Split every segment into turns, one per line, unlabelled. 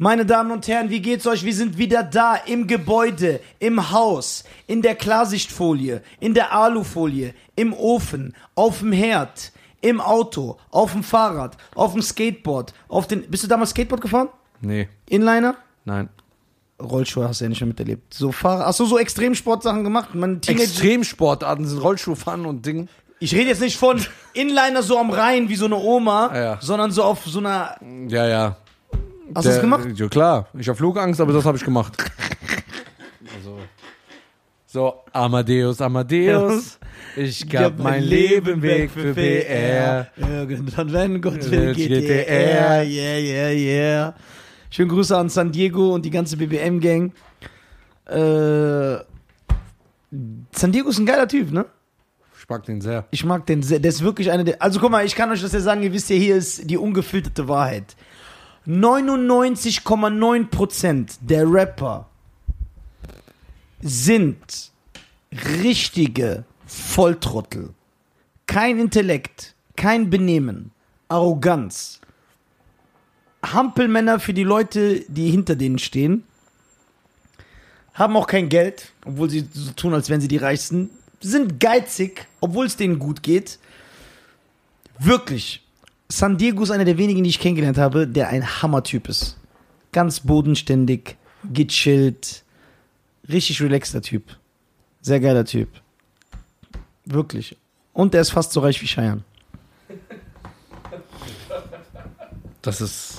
Meine Damen und Herren, wie geht's euch? Wir sind wieder da im Gebäude, im Haus, in der Klarsichtfolie, in der Alufolie, im Ofen, auf dem Herd, im Auto, auf dem Fahrrad, auf dem Skateboard, auf den. Bist du damals Skateboard gefahren?
Nee,
Inliner?
nein.
Rollschuhe hast du ja nicht mehr miterlebt. So Fahrrad. Achso, so Extremsportsachen gemacht. Mein Teenager.
Extremsportarten sind Rollschuhfahren und Ding.
ich rede jetzt nicht von Inliner so am Rhein wie so eine Oma,
Ja, ja.
sondern so auf so einer.
Ja, ja.
Hast du das gemacht?
Ja, klar. Ich habe Flugangst, aber das habe ich gemacht. Also. So, Amadeus, Amadeus. Ich gab mein Leben weg für Äh, BR.
Irgendwann, wenn Gott will,
will, geht er.
GTR. Yeah, yeah, yeah. Schönen Grüße an San Diego und die ganze BBM-Gang. Äh, San Diego ist ein geiler Typ, ne?
Ich mag den sehr.
Ich mag den sehr. Der ist wirklich einer der. Also guck mal, ich kann euch das ja sagen, ihr wisst ja, hier ist die ungefilterte Wahrheit. 99,9% der Rapper sind richtige Volltrottel. Kein Intellekt, kein Benehmen, Arroganz. Hampelmänner für die Leute, die hinter denen stehen. Haben auch kein Geld, obwohl sie so tun, als wären sie die Reichsten. Sind geizig, obwohl es denen gut geht. Wirklich. San Diego ist einer der wenigen, die ich kennengelernt habe, der ein Hammertyp ist. Ganz bodenständig, gechillt, richtig relaxter Typ. Sehr geiler Typ. Wirklich. Und er ist fast so reich wie Cheyenne.
Das ist.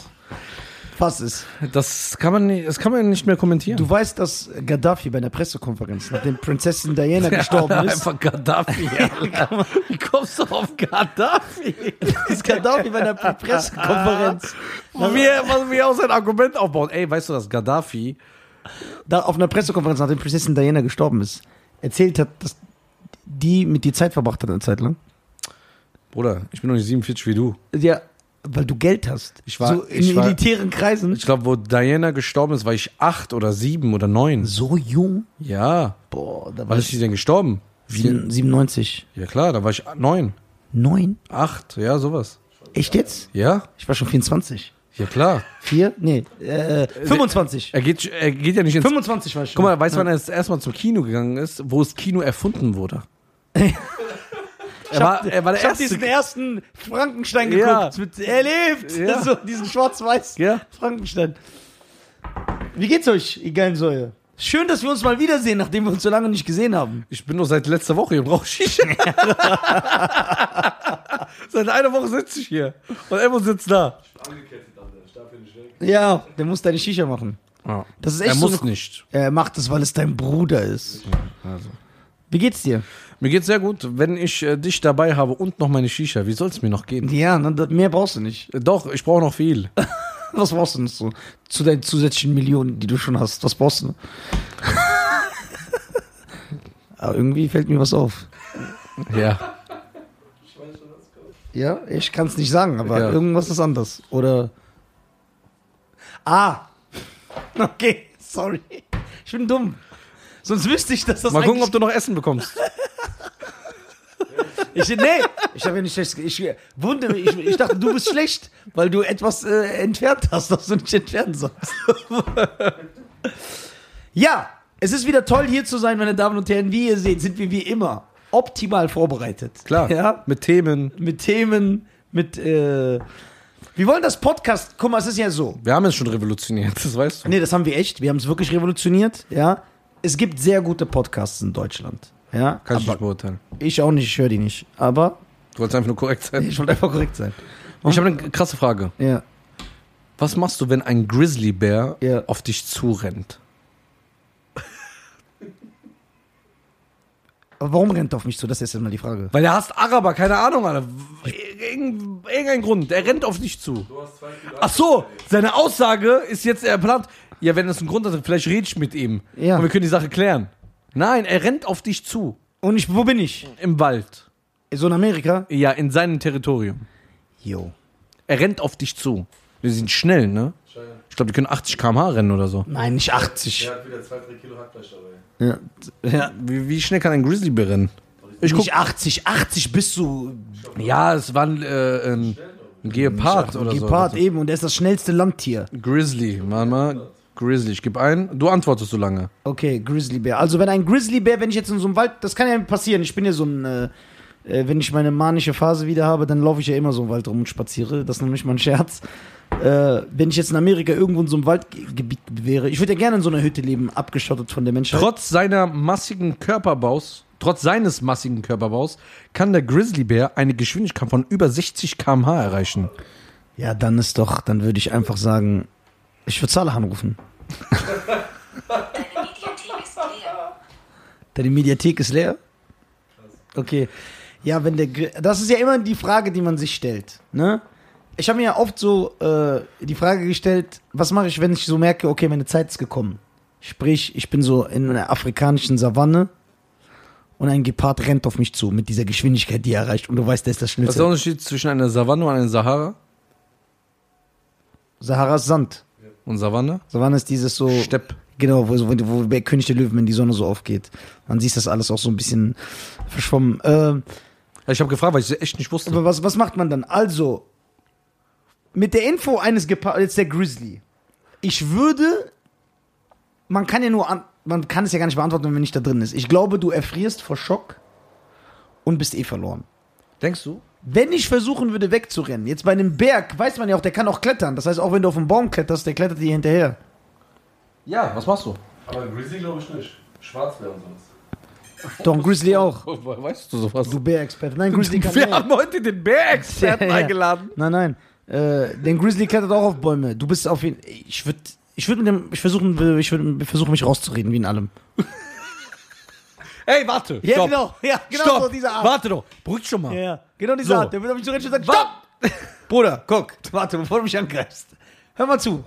Fast ist.
Das kann man, nicht- das kann man nicht mehr kommentieren.
Du weißt, dass Gaddafi bei einer Pressekonferenz, nachdem Prinzessin Diana gestorben ist,
Einfach Gaddafi. Alter. Wie kommst du auf Gaddafi?
ist Gaddafi bei einer Pressekonferenz,
Wie, er- was, wie er auch sein Argument aufbaut. Ey, weißt du, dass Gaddafi
da auf einer Pressekonferenz, nachdem Prinzessin Diana gestorben ist, erzählt hat, dass die mit dir Zeit verbracht hat eine Zeit lang.
Bruder, ich bin noch nicht 47 wie du.
Ja, weil du Geld hast.
Ich war-
so in
ich war-
elitären Kreisen.
Ich glaube, wo Diana gestorben ist, war ich acht oder sieben oder neun.
so jung?
Ja.
Boah, da war
Wann ist
ich
sie denn gestorben? Wie?
97.
Ja klar, da war ich neun,
Neun?
acht, ja, sowas.
Echt jetzt?
Ja?
Ich war schon 24.
Ja klar.
Vier? Nee, äh, 25.
Er geht, er geht ja nicht ins...
25 war ich schon.
Guck mal, weißt du, wann er das erste Mal zum Kino gegangen ist, wo das Kino erfunden wurde? er, war, er war der
ich hab
erste...
diesen ersten Frankenstein geguckt.
Ja.
Mit, er lebt!
Ja.
So, diesen schwarz-weiß
Ja.
Frankenstein. Wie geht's euch, ihr geilen Säue? Schön, dass wir uns mal wiedersehen, nachdem wir uns so lange nicht gesehen haben.
Ich bin doch seit letzter Woche hier, brauche ich Shisha. seit einer Woche sitze ich hier. Und Elmo sitzt da.
Ja, der muss deine Shisha machen. Das ist echt
er
so
muss
eine-
nicht.
Er macht es, weil es dein Bruder ist. also. Wie geht's dir?
Mir geht's sehr gut, wenn ich äh, dich dabei habe und noch meine Shisha. Wie soll's mir noch gehen?
Ja, ne, das- mehr brauchst du nicht.
Äh, Doch, ich brauche noch viel.
Was brauchst du denn so? Zu deinen zusätzlichen Millionen, die du schon hast. Was brauchst du? Aber irgendwie fällt mir was auf.
ja.
Ja, ich kann es nicht sagen, aber
Ja.
irgendwas ist anders. Oder. Ah! Okay, sorry. Ich bin dumm. Sonst wüsste ich, dass das
Mal gucken, ob
eigentlich-
du noch Essen bekommst.
Ich, nee, ich habe ja nicht schlecht. Ich wundere mich. Ich, ich dachte, du bist schlecht, weil du etwas äh, entfernt hast, das du nicht entfernen sollst. ja, es ist wieder toll, hier zu sein, meine Damen und Herren. Wie ihr seht, sind wir wie immer optimal vorbereitet.
Klar,
Ja,
mit Themen.
mit Themen, mit. Äh, wir wollen das Podcast. Guck mal, es ist ja so.
Wir haben es schon revolutioniert, das weißt du.
Nee, das haben wir echt. Wir haben es wirklich revolutioniert. Ja, es gibt sehr gute Podcasts in Deutschland. Ja,
Kann ich
aber
nicht beurteilen.
ich auch nicht. Ich höre die nicht. Aber
Du wolltest einfach nur korrekt sein.
ich wollte einfach korrekt sein.
Ich habe eine krasse Frage.
Ja.
Was machst du, wenn ein Grizzlybär
Ja.
auf dich zurennt?
Aber warum rennt er auf mich zu? Das ist jetzt erstmal die Frage.
Weil er hasst Araber, keine Ahnung, Alter. Irgend- Irgendein Grund, er rennt auf dich zu. Ach so, seine Aussage ist jetzt, er plant, ja, wenn das einen Grund hat, vielleicht rede ich mit ihm.
Ja.
Und wir können die Sache klären. Nein, er rennt auf dich zu.
Und ich, wo bin ich?
Im Wald.
So in Amerika?
Ja, in seinem Territorium.
Jo.
Er rennt auf dich zu. Die sind schnell, ne? Ich glaube, die können 80 km/h rennen oder so.
Nein, nicht 80.
Der hat wieder 2-3 Kilo Hackfleisch dabei.
Ja. ja.
Wie, wie schnell kann ein Grizzlybär rennen? Ich guck,
Nicht 80. 80 bist du.
ja, es waren äh, ähm, Ein Gepard oder so.
Gepard eben und er ist das schnellste Landtier.
Grizzly, warte mal. Grizzly, ich geb ein. Du antwortest so lange.
Okay, Grizzlybär. Also wenn ein Grizzlybär, wenn ich jetzt in so einem Wald, das kann ja passieren. Ich bin ja so ein, äh, äh, wenn ich meine manische Phase wieder habe, dann laufe ich ja immer so im Wald rum und spaziere. Das ist noch nicht mal ein Scherz. Äh, wenn ich jetzt in Amerika irgendwo in so einem Waldgebiet wäre, ich würde ja gerne in so einer Hütte leben, abgeschottet von der Menschheit.
Trotz seiner massigen Körperbaus, trotz seines massigen Körperbaus, kann der Grizzlybär eine Geschwindigkeit von über 60 km/h erreichen.
ja, dann ist doch, dann würde ich einfach sagen, ich würde Salah anrufen.
Deine Mediathek ist leer.
Deine Mediathek ist leer? Okay. Ja, wenn der. Gr- Das ist ja immer die Frage, die man sich stellt. Ne? Ich habe mir ja oft so äh, die Frage gestellt, was mache ich, wenn ich so merke, okay, meine Zeit ist gekommen. Sprich, ich bin so in einer afrikanischen Savanne und ein Gepard rennt auf mich zu mit dieser Geschwindigkeit, die er erreicht. Und du weißt, der ist das
Was ist der
schnellste.
Unterschied zwischen einer Savanne und einer Sahara?
Sahara ist Sand.
Und Savanne?
Savanne ist dieses so.
Stepp.
Genau, wo, wo, wo bei König der Löwen, wenn die Sonne so aufgeht. Dann siehst du das alles auch so ein bisschen verschwommen. Ähm,
Ich habe gefragt, weil ich es echt nicht wusste.
Aber was, was macht man dann? Also, mit der Info eines Gepa jetzt der Grizzly. Ich würde, man kann ja nur, an, man kann es ja gar nicht beantworten, wenn man nicht da drin ist. Ich glaube, du erfrierst vor Schock und bist eh verloren.
Denkst du?
Wenn ich versuchen würde, wegzurennen, jetzt bei einem Berg, weiß man ja auch, der kann auch klettern. Das heißt, auch wenn du auf einen Baum kletterst, der klettert dir hinterher.
Ja, was machst du?
Aber Grizzly glaube ich nicht. Schwarzbär und sowas.
Doch, ein Grizzly auch.
Woher weißt du sowas?
Du Bärexperte. Nein, Grizzly kann
Wir
mehr.
haben heute den Bär-Experten
Ja, ja.
eingeladen.
Nein, nein. Äh, den Grizzly klettert auch auf Bäume. Du bist auf ihn. Ich würde ich würd mit dem. Ich versuche ich würd, versuchen mich rauszureden, wie in allem.
Ey, warte.
Ja,
stopp.
genau. Ja, genau
stopp.
so diese Art.
Warte doch. Beruhig schon mal.
Ja, ja. Genau diese
So.
Art. Der wird auf mich zu reden und sagt:
Stopp!
Stopp! Bruder, guck. Warte, bevor du mich angreifst. Hör mal zu.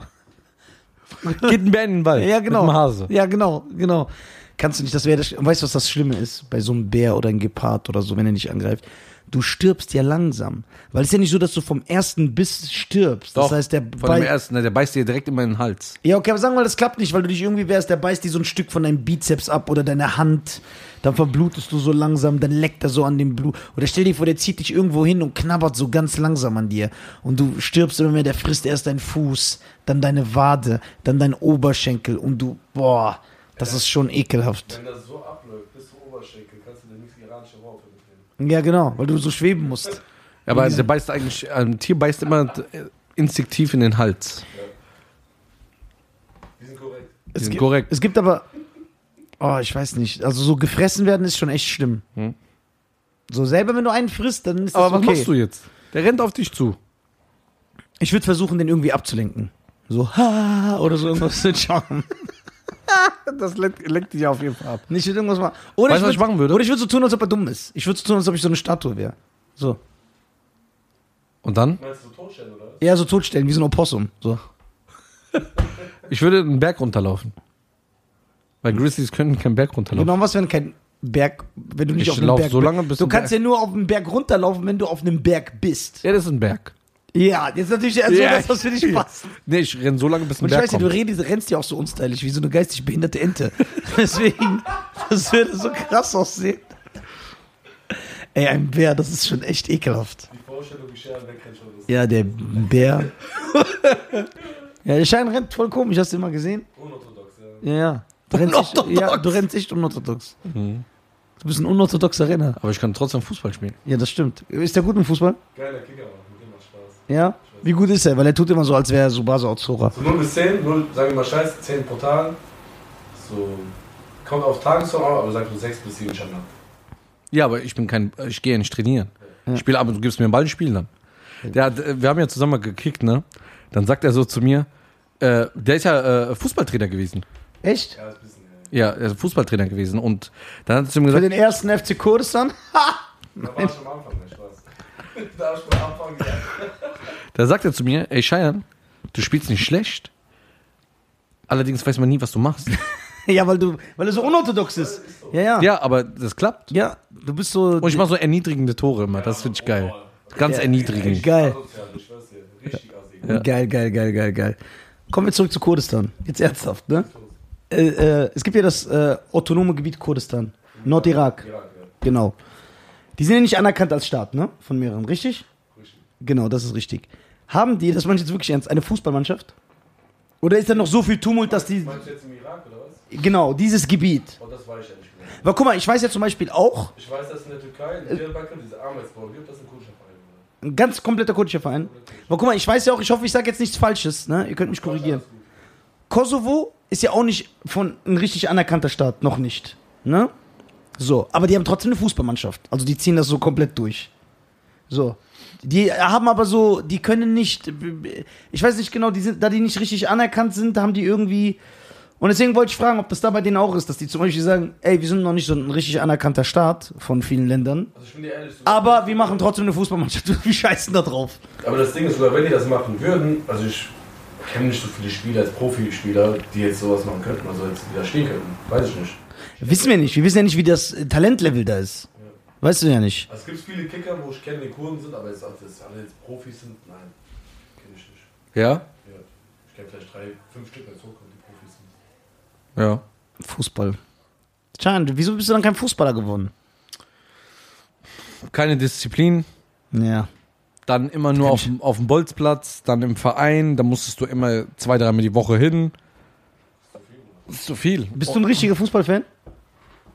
Geht ein Bär in den Wald.
Ja, genau.
Mit dem Hase.
Ja, genau, genau. Kannst du nicht, das wäre das. Und weißt du, was das Schlimme ist? Bei so einem Bär oder einem Gepard oder so, wenn er nicht angreift. Du stirbst ja langsam. Weil es ist ja nicht so, dass du vom ersten Biss stirbst.
Doch,
das heißt, der
von dem
Ball-
ersten, ne, der beißt dir direkt immer in den Hals.
Ja, okay, aber sagen wir mal, das klappt nicht, weil du dich irgendwie wehrst. Der beißt dir so ein Stück von deinem Bizeps ab oder deiner Hand. Dann verblutest du so langsam, dann leckt er so an dem Blut. Oder stell dir vor, der zieht dich irgendwo hin und knabbert so ganz langsam an dir. Und du stirbst immer mehr, der frisst erst deinen Fuß, dann deine Wade, dann deinen Oberschenkel. Und du, boah, das ist schon ekelhaft.
Wenn das so abläuft, bis zum Oberschenkel, kannst du dir nichts iranische Raupe mitnehmen.
Ja, genau, weil du so schweben musst.
Aber der beißt eigentlich, ein Tier beißt immer äh, instinktiv in den Hals.
Die sind korrekt.
Es
sind
gibt,
korrekt.
Es gibt aber. Oh, ich weiß nicht. Also so gefressen werden ist schon echt schlimm. So selber, wenn du einen frisst, dann ist das
Hm. Aber was
okay.
machst du jetzt? Der rennt auf dich zu.
Ich würde versuchen, den irgendwie abzulenken. So, ha, oder so irgendwas zu schauen.
Das lenkt, dich auf jeden Fall ab.
Nicht mit irgendwas machen. Oder
Weißt du, was ich
würd-
machen würde?
Oder ich würde so tun, als ob er dumm ist. Ich würde so tun, als ob ich so eine Statue wäre. So.
Und dann?
Meinst du Totstellen oder was?
Ja, so totstellen, wie so ein Opossum. So.
Ich würde einen Berg runterlaufen. Weil Grizzlies können keinen Berg runterlaufen.
Genau, was, wenn kein Berg, wenn du nicht
Ich
auf einem
lauf
Berg
so lange, bis
bist. Du
ein
kannst
Berg-
ja nur auf einen Berg runterlaufen, wenn du auf einem Berg bist.
Ja, das ist ein Berg.
Ja, jetzt natürlich erst so,
Ja,
dass Genau. das für dich passt.
Nee, ich renn so lange, bis ein
Und ich
Berg
weiß ja,
kommt.
du redest, rennst ja auch so unstylisch, wie so eine geistig behinderte Ente. Deswegen, das würde so krass aussehen. Ey, ein Bär, das ist schon echt ekelhaft.
Die Vorstellung, wie Sharon wegrennt schon ist.
Ja, der Bär. ja, der Schein rennt voll komisch, hast du immer gesehen?
Unorthodox, ja.
Ja, ja. Du rennst echt,
Unorthodox.
ja, du rennst echt unorthodox. Du bist ein unorthodoxer Renner.
Mhm. Aber ich kann trotzdem Fußball spielen.
Ja, das stimmt. Ist der gut im Fußball?
Geiler Kicker, Mann. Mit dem macht Spaß.
Ja. Wie gut ist er? Weil er tut immer so, als wäre er so Basa Ozora.
So 0 bis 10, 0, sagen wir mal Scheiß, 10 pro Tag. So. Kommt auf Tagesform an, aber sag nur 6 bis 7 Standard.
Ja, aber ich bin kein, ich gehe ja nicht trainieren. Ich spiele ab und du gibst mir den Ball, ich spiele dann. Der hat, äh, wir haben ja zusammen mal gekickt, ne? Dann sagt er so zu mir, äh, der ist ja äh, Fußballtrainer gewesen.
Echt?
Ja, ist ein bisschen. äh, Ja.
Ja, er ist Fußballtrainer gewesen. Und dann hat er zu mir
Für
gesagt,
den ersten FC Kurdistan?
Da war ich am Anfang, der Spaß. da hab ich schon am Anfang gesagt.
da sagt er zu mir, ey Scheiern, du spielst nicht schlecht. Allerdings weiß man nie, was du machst.
ja, weil du, weil er so unorthodox ist. Ja, ja. Oh,
ja, aber das klappt.
Ja, du bist so.
Und ich mache so erniedrigende Tore immer. Das finde ich geil. Ganz erniedrigend.
geil.
Asozial, Also, ich weiß dir. Richtig assi.
Geil, geil, geil, geil, geil. Kommen wir zurück zu Kurdistan. Jetzt ernsthaft, ne? Äh, äh, es gibt ja das äh, autonome Gebiet Kurdistan, Nordirak.
Ja, ja.
Genau. Die sind ja nicht anerkannt als Staat, ne? Von mehreren, richtig? Genau, das ist richtig. Haben die, das meine ich jetzt wirklich ernst, eine Fußballmannschaft? Oder ist da noch so viel Tumult, dass die.
Meinst du jetzt im Irak oder was?
Genau, dieses Gebiet.
Oh, das weiß ich ehrlich gesagt.
Aber guck mal, ich weiß ja zum Beispiel auch,
Ich weiß, dass in der Türkei, in Diyarbakir, diese Arbeitsbauer gibt, das ist ein kurdischer Verein. oder?
ein ganz kompletter kurdischer Verein. Aber guck mal, ich weiß ja auch, ich hoffe, ich sage jetzt nichts Falsches, ne? Ihr könnt mich korrigieren.
Alles gut.
Kosovo ist ja auch nicht von ein richtig anerkannter Staat, noch nicht. Ne? So, aber die haben trotzdem eine Fußballmannschaft. Also die ziehen das so komplett durch. So. Die haben aber so, die können nicht, ich weiß nicht genau, die sind, da die nicht richtig anerkannt sind, haben die irgendwie. Und deswegen wollte ich fragen, ob das da bei denen auch ist, dass die zum Beispiel sagen, ey, wir sind noch nicht so ein richtig anerkannter Staat von vielen Ländern,
Also ich bin dir ehrlich. so-
aber wir machen trotzdem eine Fußballmannschaft. Wir scheißen da drauf.
Aber das Ding ist, sogar wenn die das machen würden, also ich kenne nicht so viele Spieler als Profispieler, die jetzt sowas machen könnten, also jetzt wieder stehen könnten. Weiß ich nicht.
Wissen wir nicht. Wir wissen ja nicht, wie das äh, Talentlevel da ist. Weißt du ja nicht.
Also es gibt viele Kicker, wo ich kenne, die Kurden sind, aber jetzt, ob das alle jetzt Profis sind, nein. Kenne ich nicht.
Ja?
Ja. Ich kenne vielleicht drei, fünf Stück, als hochkommen, die Profis sind.
Ja.
Fußball. Schade, wieso bist du dann kein Fußballer geworden?
Keine Disziplin,
Ja.
dann immer nur auf, dem- auf dem Bolzplatz, dann im Verein, da musstest du immer zwei, dreimal die Woche hin. Das ist zu viel. Oh.
Bist du ein richtiger Fußballfan?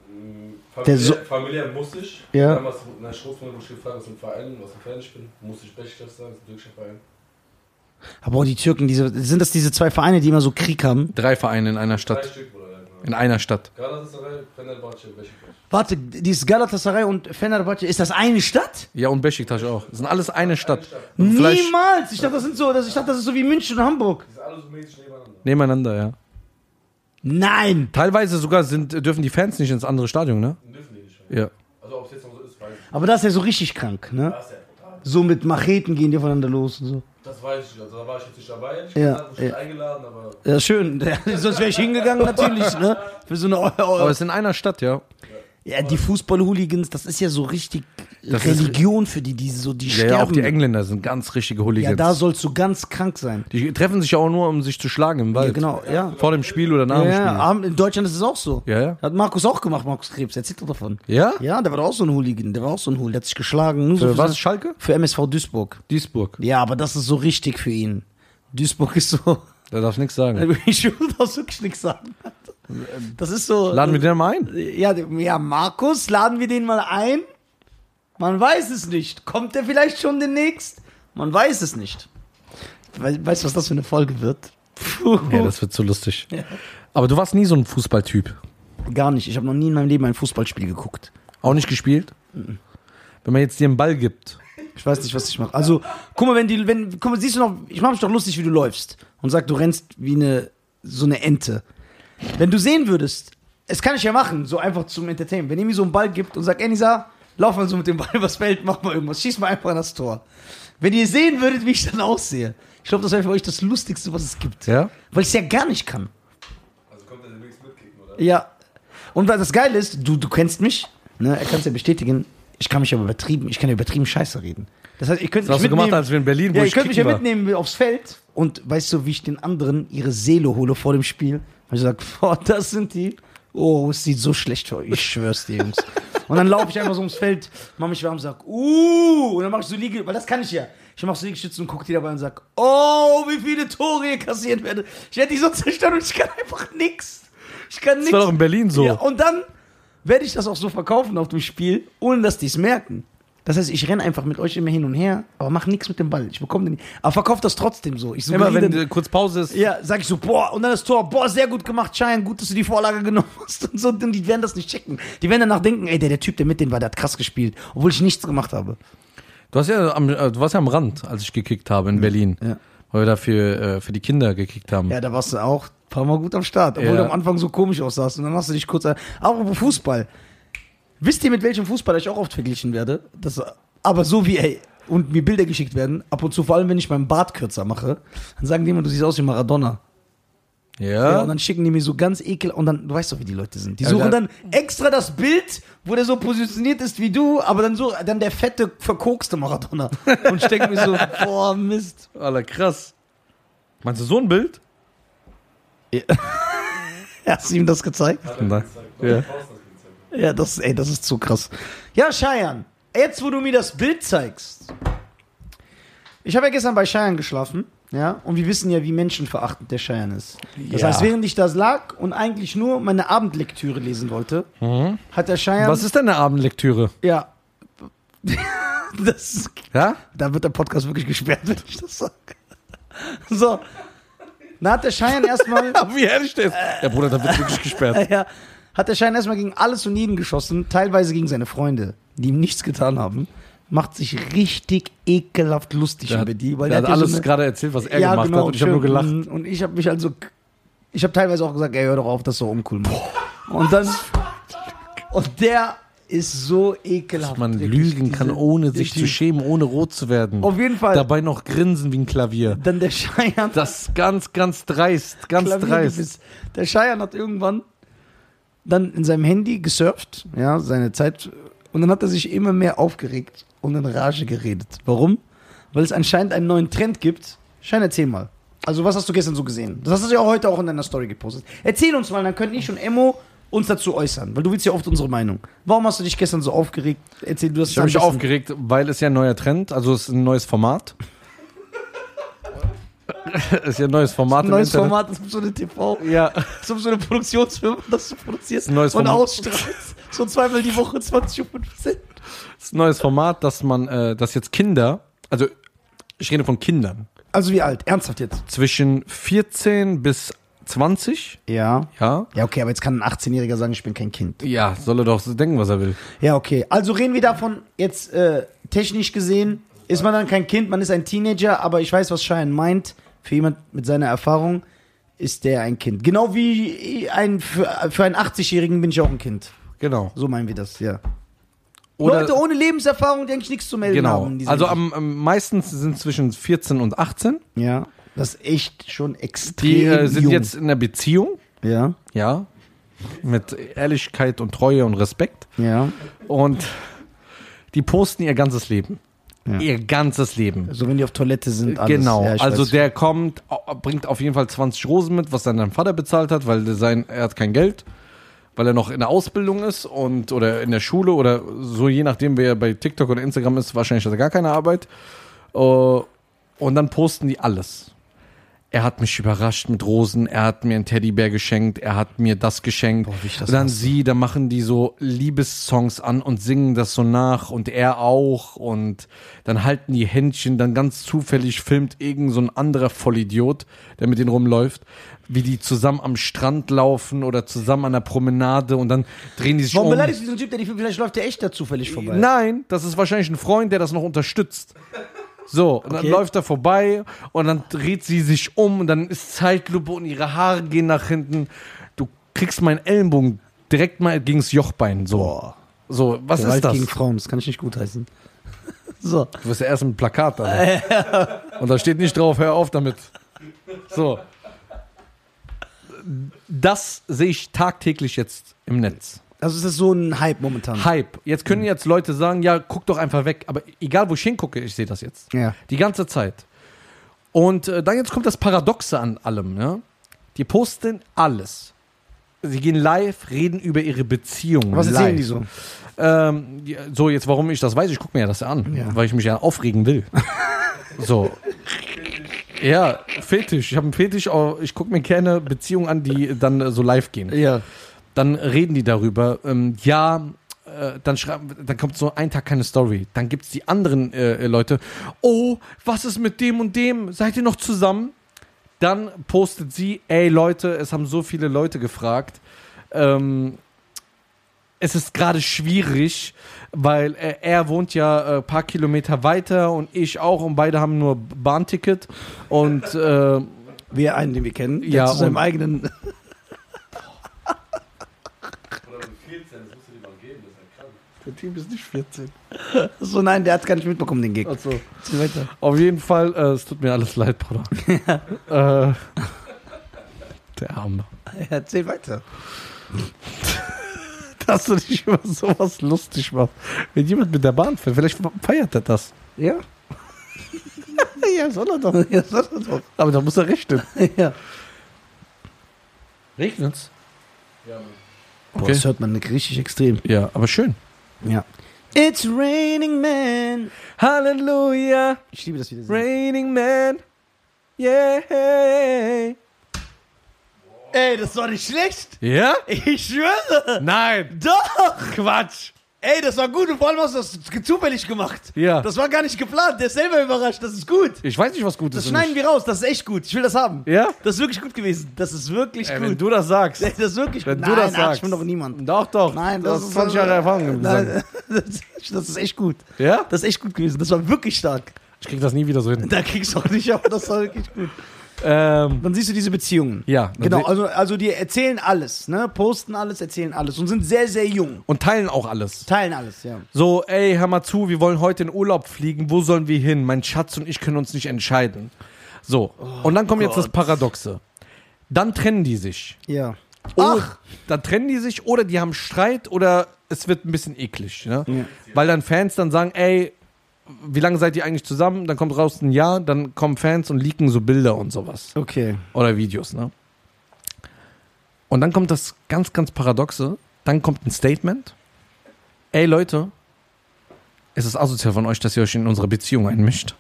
Mhm,
Der
Familiär,
So-
familiär muss ich.
Ja.
Damals in der Schulzmutter wurde ich gefragt, was im Verein, was im Verein ich bin. Muss ich Bechsteff sagen, das ist ein türkischer Verein.
Aber auch die Türken, diese, sind das diese zwei Vereine, die immer so Krieg haben?
Drei Vereine in einer
Drei
Stadt.
Stück, Bruder. genau.
In einer Stadt.
Galatasaray, Fenerbahce, Beşiktaş.
Warte, dieses Galatasaray und Fenerbahce, ist das eine Stadt?
Ja, und Besiktas auch. Das sind alles eine Stadt. Und vielleicht
Niemals! Ich dachte, das sind so, das, ich dachte, das ist so wie München und Hamburg.
Die sind alle so mäßig nebeneinander.
Nebeneinander, ja.
Nein!
Teilweise sogar sind, dürfen die Fans nicht ins andere Stadion, ne?
Und dürfen die nicht. mehr.
Ja.
Also ob es jetzt noch so ist, weiß ich nicht.
Aber das ist ja so richtig krank, ne?
Das ist ja brutal.
So mit Macheten gehen die voneinander los und so.
Das weiß ich nicht. Also da war ich jetzt nicht dabei. Ich
Ja,
war nicht
ja.
eingeladen, aber
Ja, schön. Sonst wäre ich hingegangen, natürlich, ne? Für so eine.
Aber es ist in einer Stadt, ja.
Ja, die Fußball-Hooligans, das ist ja so richtig
Das ist-
Religion für die, die so, die
Ja,
sterben.
ja, auch die Engländer sind ganz richtige
Ja,
Hooligans.
da sollst du ganz krank sein.
die treffen sich ja auch nur, um sich zu schlagen im Wald.
Ja, genau, ja.
Vor dem Spiel oder nach
Ja,
dem
ja,
Spiel.
Abend- in Deutschland ist es auch so.
Ja, ja.
Hat Markus auch gemacht, Markus Krebs. Erzählt doch davon.
Ja?
Ja, der war doch auch so ein Hooligan. Der war auch so ein Hooligan. Der hat sich geschlagen. Nur so
Für was?
seine-
Schalke?
Für MSV Duisburg.
Duisburg.
Ja, aber das ist so richtig für ihn. Duisburg ist so.
Da darf nichts sagen.
Ich will das wirklich nichts sagen. Das ist so.
Laden wir den mal ein.
Ja, ja, Markus, laden wir den mal ein. Man weiß es nicht. Kommt er vielleicht schon demnächst? Man weiß es nicht. We weißt du, was das für eine Folge wird? Puh.
Ja, das wird so lustig. Aber du warst nie so ein Fußballtyp.
Gar nicht. Ich habe noch nie in meinem Leben ein Fußballspiel geguckt.
Auch nicht gespielt?
Mhm.
Wenn man jetzt dir einen Ball gibt.
Ich weiß nicht, was ich mache. Also, guck mal, wenn die, wenn, guck mal, siehst du noch, ich mache mich doch lustig, wie du läufst und sag, du rennst wie eine, so eine Ente. Wenn du sehen würdest, es kann ich ja machen, so einfach zum Entertainment. Wenn ihr mir so einen Ball gibt und sagt, ey, Nisa, lauf mal so mit dem Ball übers Feld, mach mal irgendwas, schieß mal einfach an das Tor. Wenn ihr sehen würdet, wie ich dann aussehe, ich glaube, das wäre für euch das Lustigste, was es gibt.
Ja?
Weil ich es ja gar nicht kann.
also kommt er demnächst mitkicken, oder?
Ja. Und was das Geile ist, du, du kennst mich, ne? er kann es ja bestätigen, ich kann mich ja übertrieben, ich kann ja übertrieben scheiße reden. Das heißt, ihr könnt
Das hast
mich
du gemacht,
mitnehmen-
als wir in Berlin, wo
ja,
ich
ich könnte mich ja
kicken war.
mitnehmen aufs Feld und weißt du, wie ich den anderen ihre Seele hole vor dem Spiel? Und ich sage, boah, das sind die. Oh, es sieht so schlecht aus. Ich schwör's dir, Jungs. und dann laufe ich einfach so ums Feld, mach mich warm, sag, uh, und dann mach ich so Liege, weil das kann ich ja. Ich mach so Liegestützen und guck die dabei und sag, oh, wie viele Tore ihr kassiert werde. Ich hätte die so zerstört und ich kann einfach nix. Ich kann nix.
Das war doch in Berlin so.
Ja, und dann werde ich das auch so verkaufen auf dem Spiel, ohne dass die es merken. Das heißt, ich renne einfach mit euch immer hin und her, aber mach nichts mit dem Ball. Ich bekomme den nicht. Aber verkauf das trotzdem so. Ich
Immer
suggeriere
wenn
dann-
äh, kurz Pause ist.
ja, sag ich so, boah, und dann das Tor, boah, sehr gut gemacht, Schein, gut, dass du die Vorlage genommen hast und so, und die werden das nicht checken. Die werden danach denken, ey, der, der Typ, der mit denen war, der hat krass gespielt, obwohl ich nichts gemacht habe.
Du, hast ja am, äh, du warst ja am Rand, als ich gekickt habe in Berlin.
Mhm. Ja.
Weil wir dafür äh, für die Kinder gekickt haben.
Ja, da warst du auch ein paar Mal gut am Start, obwohl
Ja.
du am Anfang so komisch aussahst und dann hast du dich kurz. Aber Fußball. Wisst ihr, mit welchem Fußballer ich auch oft verglichen werde? Das, aber so wie, ey, und mir Bilder geschickt werden, ab und zu, vor allem wenn ich meinen Bart kürzer mache, dann sagen die immer, du siehst aus wie Maradona. Ja,
Ja.
und dann schicken die mir so ganz ekel und dann, du weißt doch, wie die Leute sind. Die
Ja,
suchen
da-
dann extra das Bild, wo der so positioniert ist wie du, aber dann so, dann der fette, verkokste Maradona. Und ich denke mir so, boah, Mist.
Alter, krass. Meinst du so ein Bild?
Hast du ihm das gezeigt?
Hat
Nein.
er gezeigt. Doch,
Ja.
draußen hat er gezeigt.
Ja, das, ey, das ist zu krass. Ja, Scheiern, jetzt wo du mir das Bild zeigst, Ich habe ja gestern bei Cheyenne geschlafen, ja, und wir wissen ja, wie menschenverachtend der Cheyenne ist. Das heißt, während ich das lag und eigentlich nur meine Abendlektüre lesen wollte, hat der Cheyenne.
Mhm. Ähm. Was ist denn eine Abendlektüre?
Ja. das,
Ja?
da wird der Podcast wirklich gesperrt, wenn ich das sage. So. Na, hat der Cheyenne erstmal.
Wie ehrlich der ist. Ja, Bruder, da wird wirklich gesperrt.
ja, hat der Schein erstmal gegen alles und jeden geschossen, teilweise gegen seine Freunde, die ihm nichts getan haben. Macht sich richtig ekelhaft lustig
Der
über
hat-
die, weil
der hat
ja
alles
so eine-
gerade erzählt, was er
ja,
gemacht
genau,
hat. Und ich habe nur gelacht.
schön. Und ich habe mich also, ich habe teilweise auch gesagt, ey, hör doch auf, das ist so uncool. Mann. Und dann, und der ist so ekelhaft.
Dass man
wirklich,
lügen kann,
diese-
ohne sich
die-
zu schämen, ohne rot zu werden.
Auf jeden Fall.
Dabei noch grinsen wie ein Klavier.
Dann der Scheiern.
Das ist ganz, ganz dreist. Ganz dreist.
Klaviergebiss. Der Scheiern hat irgendwann dann in seinem Handy gesurft, ja, seine Zeit. Und dann hat er sich immer mehr aufgeregt und in Rage geredet. Warum? Weil es anscheinend einen neuen Trend gibt. Schein, erzähl mal. Also, was hast du gestern so gesehen? Das hast du ja auch heute auch in deiner Story gepostet. Erzähl uns mal, dann könnt ich und Emo uns dazu äußern, weil du willst ja oft unsere Meinung. Warum hast du dich gestern so aufgeregt? Erzähl du das
Ich habe mich
am besten.
aufgeregt, weil es ja ein neuer Trend, also es ist ein neues Format. es ist ja ein neues Format
Ein
im
neues
Internet.
Format, das ist so eine TV.
Ja,
So so eine Produktionsfirma, das du produzierst
Ein neues
und
Format.
ausstrahlst. So zweimal die Woche 20 Uhr 15.
es ist ein neues Format, dass man, äh, dass jetzt Kinder, also ich rede von Kindern,
Also wie alt? Ernsthaft jetzt?
zwischen 14 bis 20,
Ja.
ja.
Ja, okay, aber jetzt kann ein 18-Jähriger sagen, ich bin kein Kind.
Ja, soll er doch so denken, was er will.
Ja, okay. Also reden wir davon, jetzt äh, technisch gesehen, ist man dann kein Kind, man ist ein Teenager, aber ich weiß, was Schein meint. Für jemand mit seiner Erfahrung ist der ein Kind. Genau wie ein, für, für einen 80-Jährigen bin ich auch ein Kind.
Genau.
So meinen wir das, ja.
Oder,
Leute ohne Lebenserfahrung, die eigentlich nichts zu melden
genau.
haben. in dieser
Also
Hinsicht.
am, am meistens sind zwischen 14 und 18.
Ja, das ist echt schon extrem
Die äh, sind
jung.
jetzt in einer Beziehung,
Ja,
ja. Mit Ehrlichkeit und Treue und Respekt.
ja.
Und die posten ihr ganzes Leben.
Ja.
Ihr ganzes Leben.
So wenn die auf Toilette sind, alles.
Genau.
Ja, ich
also
weiß.
der kommt, au- bringt auf jeden Fall 20 Rosen mit, was dann dein Vater bezahlt hat, weil sein, er hat kein Geld, weil er noch in der Ausbildung ist und oder in der Schule oder so, je nachdem, wer bei TikTok oder Instagram ist, wahrscheinlich hat er gar keine Arbeit. Äh, Und dann posten die alles. Er hat mich überrascht mit Rosen, er hat mir einen Teddybär geschenkt, er hat mir das geschenkt.
wie ich das
und dann
hasse.
sie, da machen die so Liebessongs an und singen das so nach und er auch und dann halten die Händchen, dann ganz zufällig filmt irgend so ein anderer Vollidiot, der mit denen rumläuft, wie die zusammen am Strand laufen oder zusammen an der Promenade und dann drehen die sich
Warum
um.
beleidigst du diesen Typ, der die, vielleicht läuft der echt da zufällig vorbei?
Nein, das ist wahrscheinlich ein Freund, der das noch unterstützt. So, und
Okay.
dann läuft er vorbei und dann dreht sie sich um und dann ist Zeitlupe und ihre Haare gehen nach hinten. Du kriegst meinen Ellenbogen direkt mal gegens Jochbein. So, so was
Gewalt
ist das?
gegen Frauen, das kann ich nicht gutheißen. So.
Du wirst ja erst ein Plakat da. ne? Und da steht nicht drauf, hör auf damit. So. Das sehe ich tagtäglich jetzt im Netz.
Also es ist so ein Hype momentan.
Hype. Jetzt können jetzt Leute sagen, ja, guck doch einfach weg. Aber egal, wo ich hingucke, ich sehe das jetzt.
Ja.
Die ganze Zeit. Und äh, dann jetzt kommt das Paradoxe an allem. Ja? Die posten alles. Sie gehen live, reden über ihre Beziehung.
Was
live.
erzählen die so?
Ähm, ja, so, jetzt warum ich das weiß, ich gucke mir ja das an,
Ja.
weil ich mich ja aufregen will. so. Ja, Fetisch. Ich habe einen Fetisch, aber ich gucke mir gerne Beziehungen an, die dann äh, so live gehen
Ja.
dann reden die darüber. Ähm, ja, äh, dann, schreiben, dann kommt so ein Tag keine Story. Dann gibt es die anderen äh, Leute. Oh, was ist mit dem und dem? Seid ihr noch zusammen? Dann postet sie, ey Leute, es haben so viele Leute gefragt. Ähm, es ist gerade schwierig, weil äh, er wohnt ja ein äh, paar Kilometer weiter und ich auch und beide haben nur Bahnticket und äh,
Wir einen, den wir kennen, der
Ja,
zu seinem
und-
eigenen.
Oder mit 14, das musst du dir mal geben, das ist ja krank.
Der Typ ist nicht 14. so, nein, der hat gar nicht mitbekommen, den Gig.
also,
Erzähl weiter.
Auf jeden Fall, äh, es tut mir alles leid, Bruder. äh, der Arme.
Erzähl weiter.
Dass du dich über sowas lustig machst. Wenn jemand mit der Bahn fährt, vielleicht feiert er das.
Ja? ja, soll er doch. Ja, soll er doch.
Aber da muss er rechnen.
Ja.
Regnet's?
Ja, Mann.
Boah,
Okay.
Das hört man richtig extrem.
Ja, aber schön.
Ja. It's raining man.
Halleluja,
Ich liebe das wieder.
Raining Man. Yeah.
Ey, das war nicht schlecht.
Ja?
Ich schwöre.
Nein.
Doch. Quatsch. Ey, das war gut und vor allem hast du das zufällig gemacht.
Ja.
Das war gar nicht geplant. Der ist selber überrascht. Das ist gut.
Ich weiß nicht, was gut ist.
Das
und
schneiden
nicht.
wir raus. Das ist echt gut. Ich will das haben.
Ja?
Das ist wirklich gut gewesen. Das ist wirklich
Ey,
gut.
wenn du das sagst.
das ist wirklich
Wenn
gut.
du das
Nein, Arsch,
sagst.
ich bin doch niemand.
Doch, doch.
Nein,
das,
das
ist
ist-
20 Jahre Erfahrung. im Gesang.
Nein, das, ist- das ist echt gut.
Ja?
Das ist echt gut gewesen. Das war wirklich stark.
Ich krieg das nie wieder so hin.
Da kriegst du auch nicht, aber das war wirklich gut.
Ähm,
Dann siehst du diese Beziehungen.
ja. dann
Genau,
se-
also, also die erzählen alles, ne? Posten alles, erzählen alles und sind sehr, sehr jung.
Und teilen auch alles.
Teilen alles, ja.
So, ey, hör mal zu, wir wollen heute in Urlaub fliegen. Wo sollen wir hin? Mein Schatz und ich können uns nicht entscheiden. So, und dann kommt jetzt das
Gott.
Paradoxe. Dann trennen die sich.
Ja.
Oh,
Ach!
Dann trennen die sich oder die haben Streit oder es wird ein bisschen eklig. Ne?
Ja.
Weil dann Fans dann sagen, ey, wie lange seid ihr eigentlich zusammen? Dann kommt raus ein Jahr, dann kommen Fans und leaken so Bilder und sowas.
Okay.
Oder Videos, ne? Und dann kommt das ganz, ganz Paradoxe. Dann kommt ein Statement. Ey Leute, es ist asozial von euch, dass ihr euch in unsere Beziehung einmischt.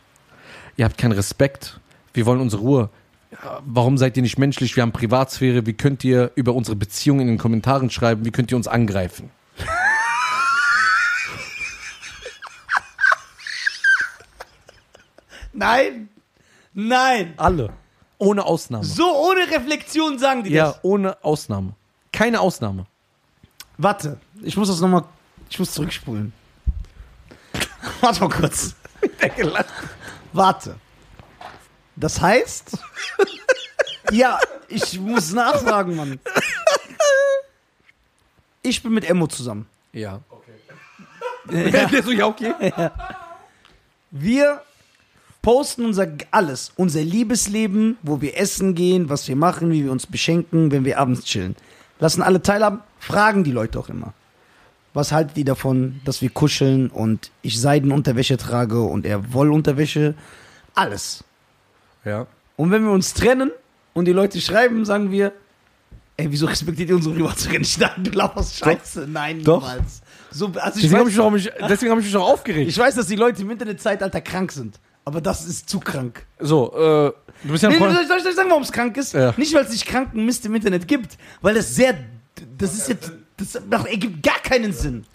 Ihr habt keinen Respekt. Wir wollen unsere Ruhe. Ja, Warum seid ihr nicht menschlich? Wir haben Privatsphäre. Wie könnt ihr über unsere Beziehung in den Kommentaren schreiben? Wie könnt ihr uns angreifen?
Nein! Nein!
Alle. Ohne Ausnahme.
So ohne Reflexion sagen die
ja,
das.
ohne Ausnahme. Keine Ausnahme.
Warte, ich muss das nochmal. Ich muss zurückspulen. Warte mal kurz. Warte. Das heißt. ja, ich muss nachfragen, Mann. Ich bin mit Emmo zusammen.
Ja.
Ja.
so, ja, okay.
Wir posten unser alles, unser Liebesleben, wo wir essen gehen, was wir machen, wie wir uns beschenken, wenn wir abends chillen. Lassen alle teilhaben, fragen die Leute auch immer. Was haltet ihr davon, dass wir kuscheln und ich Seidenunterwäsche trage und er Wollunterwäsche? Alles.
Ja.
Und wenn wir uns trennen und die Leute schreiben, sagen wir, ey, wieso respektiert ihr unsere Privatsphäre nicht? Nein, du laberst Scheiße. Nein,
Doch.
niemals. So, also ich,
Deswegen habe
weiß,
ich, doch- deswegen hab ich mich doch aufgeregt.
ich weiß, dass die Leute im Internetzeitalter krank sind. Aber das ist zu krank.
So, äh, du bist ja ein
Nee, soll,
Freund.
ich, soll ich soll ich sagen, warum es krank ist?
Ja.
Nicht, weil es nicht kranken Mist im Internet gibt, weil das sehr. Das ist jetzt. Das macht, ergibt gar keinen Sinn.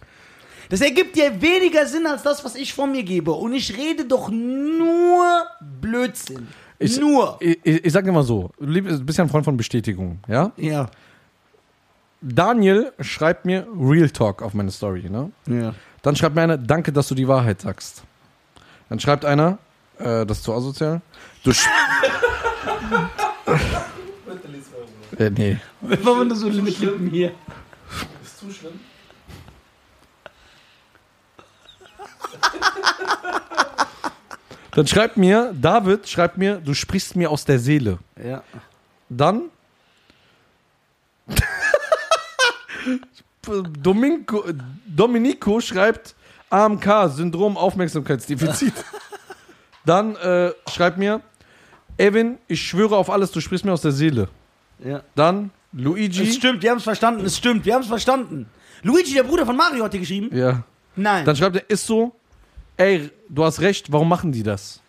Das ergibt ja weniger Sinn als das, was ich von mir gebe. Und ich rede doch nur Blödsinn.
Ich-
nur.
Ich, ich, ich sag immer so, du lieb- du bist ja ein Freund von Bestätigung, ja?
Ja.
Daniel schreibt mir Real Talk auf meine Story, ne?
Ja.
Dann schreibt mir einer, danke, dass du die Wahrheit sagst. Dann schreibt einer, äh, das ist zu asozial. Du sch äh, nee.
Warum du so mit Lippen hier?
Ist zu schlimm.
Dann schreibt mir, David schreibt mir, du sprichst mir aus der Seele.
Ja.
Dann. Dominico, Dominico schreibt AMK, Syndrom Aufmerksamkeitsdefizit. Dann äh, schreibt mir, Evan, ich schwöre auf alles, du sprichst mir aus der Seele.
Ja.
Dann
Es
Luigi.
stimmt, wir haben es verstanden. Es stimmt, wir haben es verstanden. Luigi, der Bruder von Mario, hat dir geschrieben?
Ja.
Nein.
Dann schreibt er, ist so, ey, du hast recht, warum machen die das?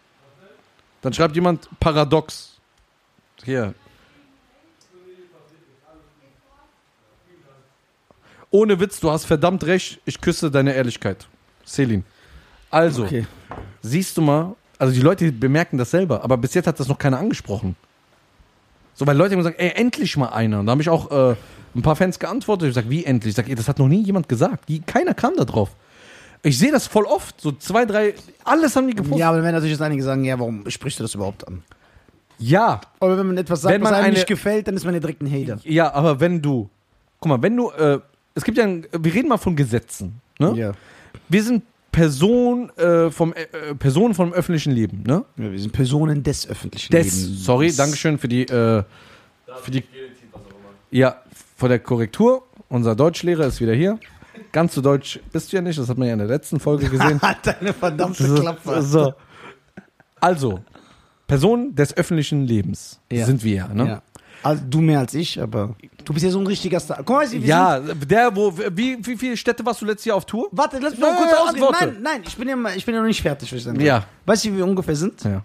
Dann schreibt jemand paradox. Hier. Ohne Witz, du hast verdammt recht, ich küsse deine Ehrlichkeit. Selin. Also,
Okay.
siehst du mal, also die Leute bemerken das selber, aber bis jetzt hat das noch keiner angesprochen. So, weil Leute haben gesagt, ey, endlich mal einer. Und da habe ich auch äh, ein paar Fans geantwortet. Ich sage, wie endlich? Ich sage, ey, das hat noch nie jemand gesagt. Die, keiner kam da drauf. Ich sehe das voll oft. So zwei, drei, alles haben die gepostet.
Ja, aber dann werden natürlich jetzt einige sagen, ja, warum sprichst du das überhaupt an?
ja,
Aber wenn man etwas sagt,
Wenn
was
man
einem
eine-
nicht gefällt, dann ist man ja direkt ein Hater.
ja, aber wenn du, guck mal, wenn du, äh, es gibt ja, ein, wir reden mal von Gesetzen. Ne?
Ja.
Wir sind Personen äh, vom, äh, Personen vom öffentlichen Leben. Ne?
Ja, wir sind Personen des öffentlichen
Des, sorry, Dankeschön für die, äh, für die Ja, vor der Korrektur. Unser Deutschlehrer ist wieder hier. Ganz so deutsch bist du ja nicht, das hat man ja in der letzten Folge gesehen.
Hat eine Halt verdammte
so,
Klappe.
so. Also, Personen des öffentlichen Lebens
Ja.
sind wir ja, ne?
Ja. Also du mehr als ich, aber du bist ja so ein richtiger Star. Guck mal, wir sind,
Ja, der, wo, wie, wie viele Städte warst du letztes Jahr auf Tour?
warte, lass mich mal
Nein,
kurz
nein,
ausreden.
antworte.
Nein, nein, ich bin ja, mal- ich bin ja noch nicht fertig. Was ich sagen will.
Ja.
Weißt du, wie wir ungefähr sind?
Ja.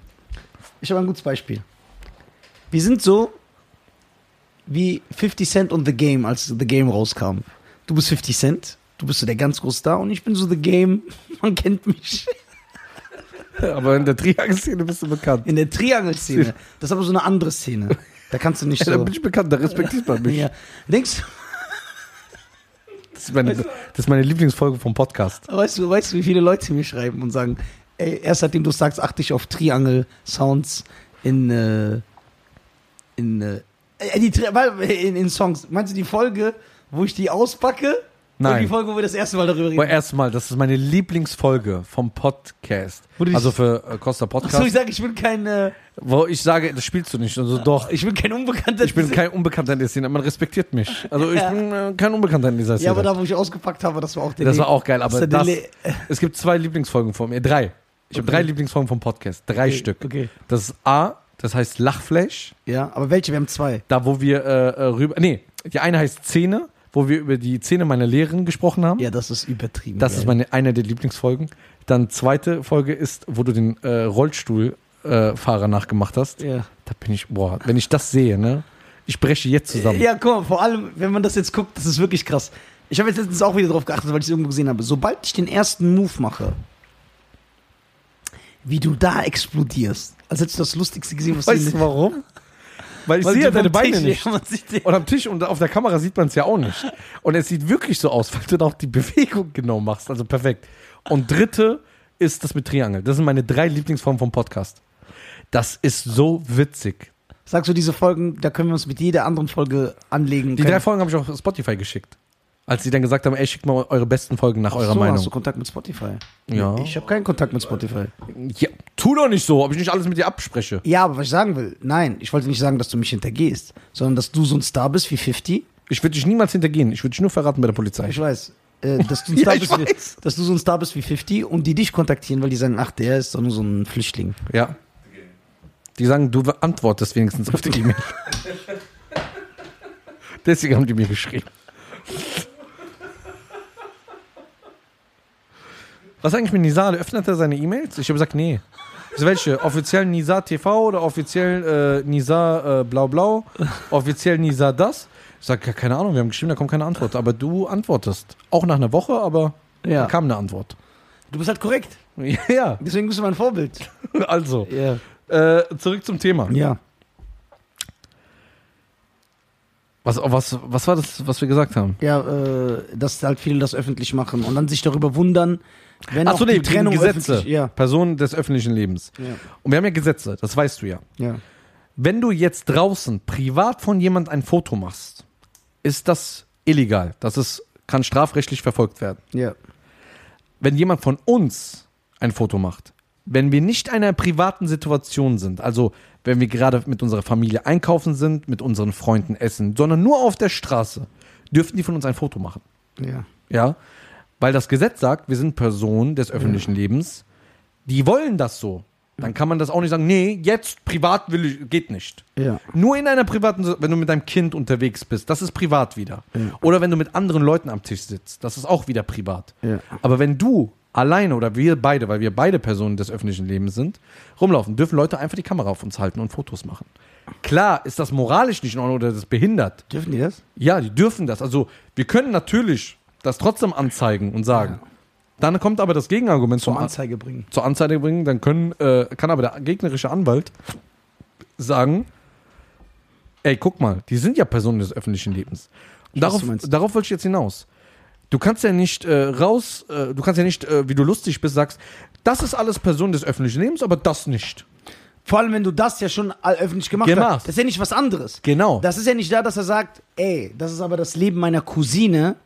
Ich habe ein gutes Beispiel. Wir sind so wie 50 Cent und The Game, als The Game rauskam. Du bist 50 Cent, du bist so der ganz große Star und ich bin so The Game. Man kennt mich.
Aber in der Triangel-Szene bist du bekannt.
In der Triangle-Szene. Das ist aber so eine andere Szene. Da kannst du nicht
Ja, da
so.
bin ich bekannt, da respektiert man mich.
Ja. Denkst
Das, ist meine, das ist meine Lieblingsfolge vom Podcast.
du, weißt du, weißt du, wie viele Leute mir schreiben und sagen, ey, erst seitdem du sagst, achte ich auf Triangle-Sounds in, äh, in, äh, äh, die, Tri- weil- in, in Songs. Meinst du die Folge, wo ich die auspacke? Und
Nein.
die Folge, wo wir das erste Mal darüber
Aber
reden.
erstmal, das ist meine Lieblingsfolge vom Podcast.
Wurde dich-
Also für äh, Costa Podcast.
Achso, ich sage, ich bin kein, äh,
wo ich sage, das spielst du nicht. Also doch,
ich bin kein Unbekannter.
ich bin kein Unbekannter in der Szene, man respektiert mich. Also ich
Ja.
bin äh, kein Unbekannter in dieser Szene.
ja, aber da, wo ich ausgepackt habe, das war auch der
das
Ding.
war auch geil, aber
ist der
das,
Delay.
es gibt zwei Lieblingsfolgen von mir, drei. Ich habe
Okay.
drei Lieblingsfolgen vom Podcast, drei
Okay,
Stück.
okay.
Das ist A, das heißt Lachflash,
Ja, aber welche? Wir haben zwei.
da wo wir äh, äh, rüber, nee, die eine heißt Szene, wo wir über die Szene meiner Lehrerin gesprochen haben.
Ja, das ist übertrieben.
Das
geil.
ist meine, eine der Lieblingsfolgen. Dann zweite Folge ist, wo du den äh, Rollstuhlfahrer äh, Fahrer nachgemacht hast.
Ja.
Da bin ich, boah, wenn ich das sehe, ne? Ich breche jetzt zusammen.
Ja, guck mal, vor allem, wenn man das jetzt guckt, das ist wirklich krass. Ich habe jetzt letztens auch wieder drauf geachtet, weil ich es irgendwo gesehen habe. Sobald ich den ersten Move mache, wie du da explodierst, als hättest du das Lustigste gesehen, was
Weißt du
du
warum? Weil ich
Weil
sehe ja
du
deine
vom
Beine
Tisch-
nicht.
Ja, man sieht die-
Und am Tisch und auf der Kamera sieht man es ja auch nicht. Und es sieht wirklich so aus, weil du da auch die Bewegung genau machst. Also perfekt. Und dritte ist das mit Triangel. Das sind meine drei Lieblingsformen vom Podcast. Das ist so witzig.
Sagst du, diese Folgen, da können wir uns mit jeder anderen Folge anlegen.
Die
können.
drei Folgen habe ich auf Spotify geschickt. Als sie dann gesagt haben, ey, schickt mal eure besten Folgen nach
Ach
eurer
so,
Meinung.
Hast du Kontakt mit Spotify?
Ja.
Ich habe keinen Kontakt mit Spotify.
ja. Tu doch nicht so, ob ich nicht alles mit dir abspreche.
Ja, aber was ich sagen will, nein, ich wollte nicht sagen, dass du mich hintergehst, sondern dass du so ein Star bist wie 50.
Ich würde dich niemals hintergehen. Ich würde dich nur verraten bei der Polizei.
Ich weiß. Äh, dass, du ein
Ja,
Star
ich
bist
weiß.
wie, dass du so ein Star bist wie 50 und die dich kontaktieren, weil die sagen, ach, der ist doch nur so ein Flüchtling.
Ja. Die sagen, du antwortest wenigstens auf die E-Mail. Deswegen haben die mir geschrieben. Was eigentlich mit Nizar? Öffnet er seine E-Mails? Ich habe gesagt, nee. Also welche? Offiziell Nizar TV oder offiziell äh, Nizar äh, blau blau? Offiziell Nizar das? Ich sage, ja, keine Ahnung, wir haben geschrieben, da kommt keine Antwort. Aber du antwortest. Auch nach einer Woche, aber
Ja.
da kam eine Antwort.
Du bist halt korrekt.
Ja,
Deswegen bist du mein Vorbild.
also.
Ja.
Äh, zurück zum Thema.
Ja.
Was, was, was war das, was wir gesagt haben?
Ja, äh, dass halt viele das öffentlich machen und dann sich darüber wundern, wenn
Achso,
auch die
nee, Trennung
Trennung
Gesetze.
öffentlich... Ja.
Personen des öffentlichen Lebens.
Ja.
Und wir haben ja Gesetze, das weißt du ja.
ja.
Wenn du jetzt draußen privat von jemand ein Foto machst, ist das illegal. Das ist, kann strafrechtlich verfolgt werden.
Ja.
Wenn jemand von uns ein Foto macht, wenn wir nicht in einer privaten Situation sind, also wenn wir gerade mit unserer Familie einkaufen sind, mit unseren Freunden essen, sondern nur auf der Straße, dürfen die von uns ein Foto machen.
Ja.
Ja. Weil das Gesetz sagt, wir sind Personen des öffentlichen Lebens. Die wollen das so. Dann kann man das auch nicht sagen, nee, jetzt privat will ich, geht nicht.
Ja.
Nur in einer privaten, wenn du mit deinem Kind unterwegs bist, das ist privat wieder. Oder wenn du mit anderen Leuten am Tisch sitzt, das ist auch wieder privat.
Ja.
Aber wenn du alleine oder wir beide, weil wir beide Personen des öffentlichen Lebens sind, rumlaufen, dürfen Leute einfach die Kamera auf uns halten und Fotos machen. Klar ist das moralisch nicht in Ordnung oder das ist behindert.
Dürfen die das?
Ja, die dürfen das. Also wir können natürlich das trotzdem anzeigen und sagen. Dann kommt aber das Gegenargument
Zum
zur, An
Anzeige bringen.
zur Anzeige bringen. Dann können, äh, kann aber der gegnerische Anwalt sagen, ey, guck mal, die sind ja Personen des öffentlichen Lebens.
weiß, was
Und darauf,
du meinst.
darauf wollte ich jetzt hinaus. Du kannst ja nicht äh, raus, äh, du kannst ja nicht, äh, wie du lustig bist, sagst, das ist alles Personen des öffentlichen Lebens, aber das nicht.
Vor allem, wenn du das ja schon all- öffentlich gemacht
Gemacht.
hast. Das ist ja nicht was anderes.
Genau.
Das ist ja nicht da, dass er sagt, ey, das ist aber das Leben meiner Cousine,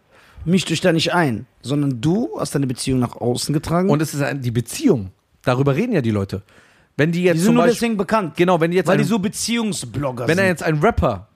mischt euch da nicht ein. Sondern du hast deine Beziehung nach außen getragen.
Und es ist ein, die Beziehung. Darüber reden ja die Leute. Wenn die jetzt
die sind
zum
nur
Beispiel,
deswegen bekannt.
genau, wenn die jetzt
Weil die
einen-
so Beziehungsblogger
Wenn
sind.
er jetzt ein Rapper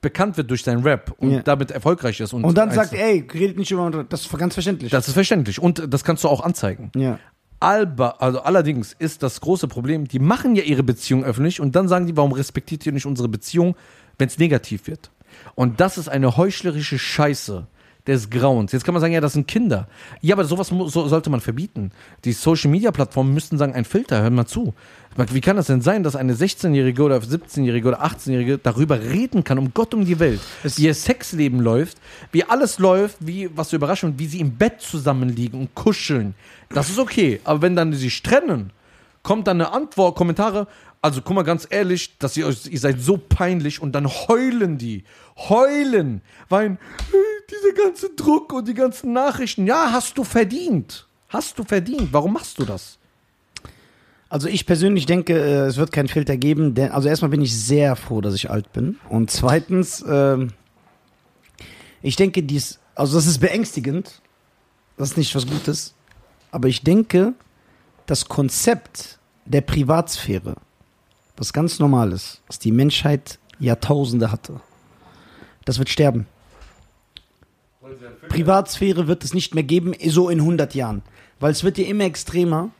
bekannt wird durch seinen Rap und
Ja.
damit erfolgreich ist und,
und dann
eins-
sagt, ey, redet nicht über... Das ist ganz verständlich.
das ist verständlich und das kannst du auch anzeigen.
ja.
Alba, also allerdings ist das große Problem, die machen ja ihre Beziehung öffentlich und dann sagen die, warum respektiert ihr nicht unsere Beziehung, wenn es negativ wird? Und das ist eine heuchlerische Scheiße des Grauens. Jetzt kann man sagen, ja, das sind Kinder. Ja, aber sowas mu- so sollte man verbieten. Die Social-Media-Plattformen müssten sagen, ein Filter, hör mal zu. Wie kann das denn sein, dass eine 16-Jährige oder 17-Jährige oder 18-Jährige darüber reden kann, um Gott um die Welt, wie ihr Sexleben läuft, wie alles läuft, wie, was so Überraschung, wie sie im Bett zusammenliegen und kuscheln. Das ist okay. Aber wenn dann sie sich trennen, kommt dann eine Antwort, Kommentare. Also guck mal ganz ehrlich, dass ihr euch, ihr seid so peinlich und dann heulen die, heulen, weil äh, dieser ganze Druck und die ganzen Nachrichten, ja, hast du verdient, hast du verdient. Warum machst du das?
Also ich persönlich denke, äh, es wird keinen Filter geben, denn also erstmal bin ich sehr froh, dass ich alt bin und zweitens, ähm, ich denke, dies, also das ist beängstigend, das ist nicht was Gutes, aber ich denke, das Konzept der Privatsphäre, was ganz normal ist, was die Menschheit Jahrtausende hatte, das wird sterben. Privatsphäre wird es nicht mehr geben, so in 100 Jahren, weil es wird ja immer extremer.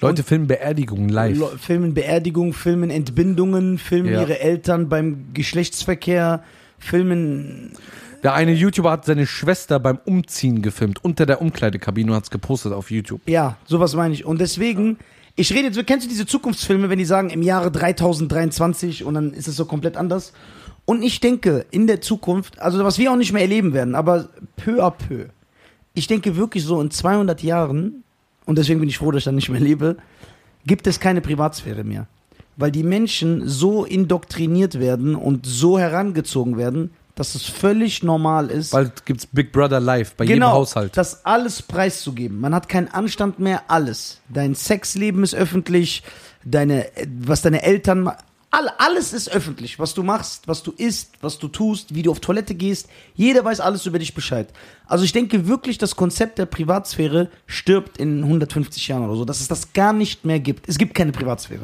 Leute filmen Beerdigungen live.
Le- Filmen Beerdigungen, Filmen Entbindungen, Filmen
Ja.
ihre Eltern beim Geschlechtsverkehr, Filmen.
Der eine YouTuber hat seine Schwester beim Umziehen gefilmt, unter der Umkleidekabine und hat es gepostet auf YouTube.
Ja, sowas meine ich. Und deswegen, ich rede jetzt, kennst du diese Zukunftsfilme, wenn die sagen im Jahre 3023 und dann ist es so komplett anders? Und ich denke, in der Zukunft, also was wir auch nicht mehr erleben werden, aber peu à peu, ich denke wirklich so in 200 Jahren, und deswegen bin ich froh, dass ich dann nicht mehr lebe, gibt es keine Privatsphäre mehr. Weil die Menschen so indoktriniert werden und so herangezogen werden, dass es völlig normal ist,
Bald gibt's Big Brother live bei jedem Haushalt.
Genau, das alles preiszugeben. Man hat keinen Anstand mehr, alles. Dein Sexleben ist öffentlich, deine, äh, was deine Eltern, ma- all, alles ist öffentlich. Was du machst, was du isst, was du tust, wie du auf Toilette gehst, jeder weiß alles über dich Bescheid. Also ich denke wirklich, das Konzept der Privatsphäre stirbt in 150 Jahren oder so, dass es das gar nicht mehr gibt. Es gibt keine Privatsphäre.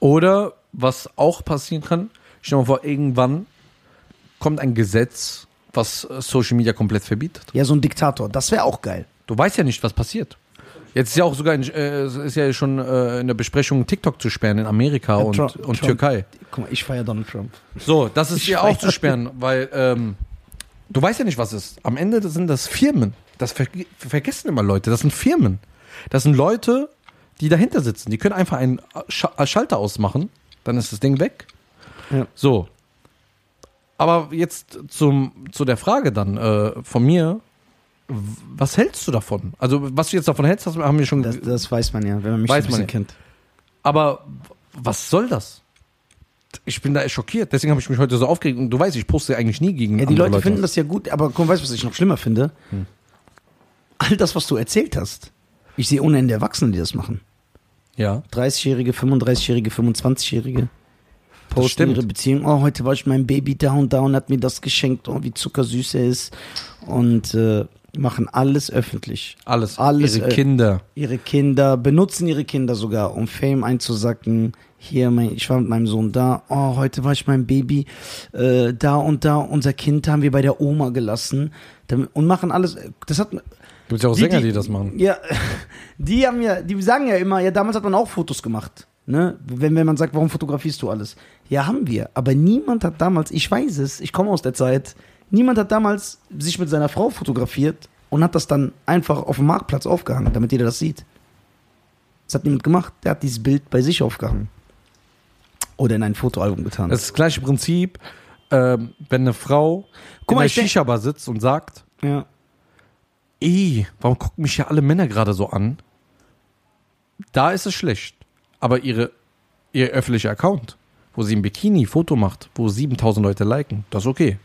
Oder was auch passieren kann, stell dir mal vor, irgendwann kommt ein Gesetz, was äh, Social Media komplett verbietet.
Ja, so ein Diktator, das wäre auch geil.
Du weißt ja nicht, was passiert. Jetzt ist ja auch sogar in, äh, es ist ja schon äh, in der Besprechung TikTok zu sperren in Amerika und,
Trump-
und
Trump.
Türkei.
Guck mal, ich feiere Donald Trump.
So, das ist ja
weiß.
auch zu sperren, weil ähm, du weißt ja nicht, was ist. Am Ende das sind das Firmen. Das ver vergessen immer Leute. Das sind Firmen. Das sind Leute, die dahinter sitzen. Die können einfach einen Sch Schalter ausmachen, dann ist das Ding weg.
Ja.
So. Aber jetzt zum, zu der Frage dann äh, von mir. W- Was hältst du davon? Also, was du jetzt davon hältst, das haben wir schon.
Das, das weiß man ja, wenn man mich
Weiß
so ein
man
bisschen
ja.
kennt.
Aber w- was soll das? Ich bin da schockiert. Deswegen habe ich mich heute so aufgeregt. Und du weißt, ich poste eigentlich nie gegen
Ja, die Leute finden das ja gut, aber komm, weißt du, was ich noch schlimmer finde? All das, was du erzählt hast. Ich sehe ohne Ende Erwachsene, die das machen.
Ja.
30-Jährige, 35-Jährige, 25-Jährige. Posten
stimmt.
ihre Beziehung. Oh, heute war ich meinem Baby da und da und hat mir das geschenkt. Oh, wie zuckersüß er ist. Und äh, machen alles öffentlich.
Alles.
Alles,
Ihre
äh,
Kinder.
Ihre Kinder, benutzen ihre Kinder sogar, um Fame einzusacken. Hier, mein, ich war mit meinem Sohn da. Oh, heute war ich meinem Baby äh, da und da. Unser Kind haben wir bei der Oma gelassen. Damit- Und machen alles. Das hat.
Gibt es ja auch Sänger, die, das machen.
Ja, die haben ja, die sagen ja immer, ja, damals hat man auch Fotos gemacht. Ne? Wenn, wenn man sagt, warum fotografierst du alles? Ja, haben wir. Aber niemand hat damals, ich weiß es, ich komme aus der Zeit, niemand hat damals sich mit seiner Frau fotografiert und hat das dann einfach auf dem Marktplatz aufgehangen, damit jeder das sieht. Das hat niemand gemacht. Der hat dieses Bild bei sich aufgehangen. Oder in ein Fotoalbum getan.
Das ist das gleiche Prinzip, ähm, wenn eine Frau
Guck
in
mal,
der
ich denk-
Shisha-Bar sitzt und sagt,
ja.
ey, warum gucken mich ja alle Männer gerade so an? Da ist es schlecht. Aber ihre, ihr öffentlicher Account, wo sie im Bikini Foto macht, wo 7000 Leute liken, das ist okay.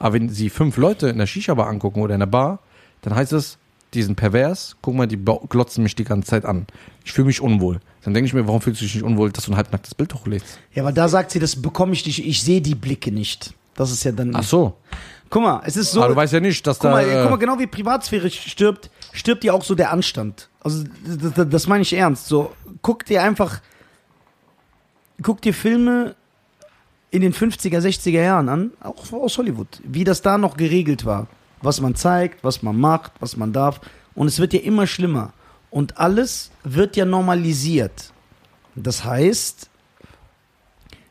Aber wenn sie fünf Leute in der Shisha-Bar angucken oder in der Bar, dann heißt es, die sind pervers, guck mal, die ba- glotzen mich die ganze Zeit an. Ich fühle mich unwohl. Dann denke ich mir, warum fühlst du dich nicht unwohl, dass du ein halbnacktes Bild hochlädst?
ja, aber da sagt sie, das bekomme ich nicht, ich sehe die Blicke nicht. Das ist ja dann.
Ach so. Also
Guck mal, es ist so.
Aber du weißt ja nicht, dass
Guck
da.
mal,
äh,
guck mal, genau wie Privatsphäre stirbt, stirbt ja auch so der Anstand. Also das, das, das meine ich ernst. So guck dir einfach, guck dir Filme in den 50er, 60er Jahren an, auch aus Hollywood, wie das da noch geregelt war, was man zeigt, was man macht, was man darf. Und es wird ja immer schlimmer. Und alles wird ja normalisiert. Das heißt,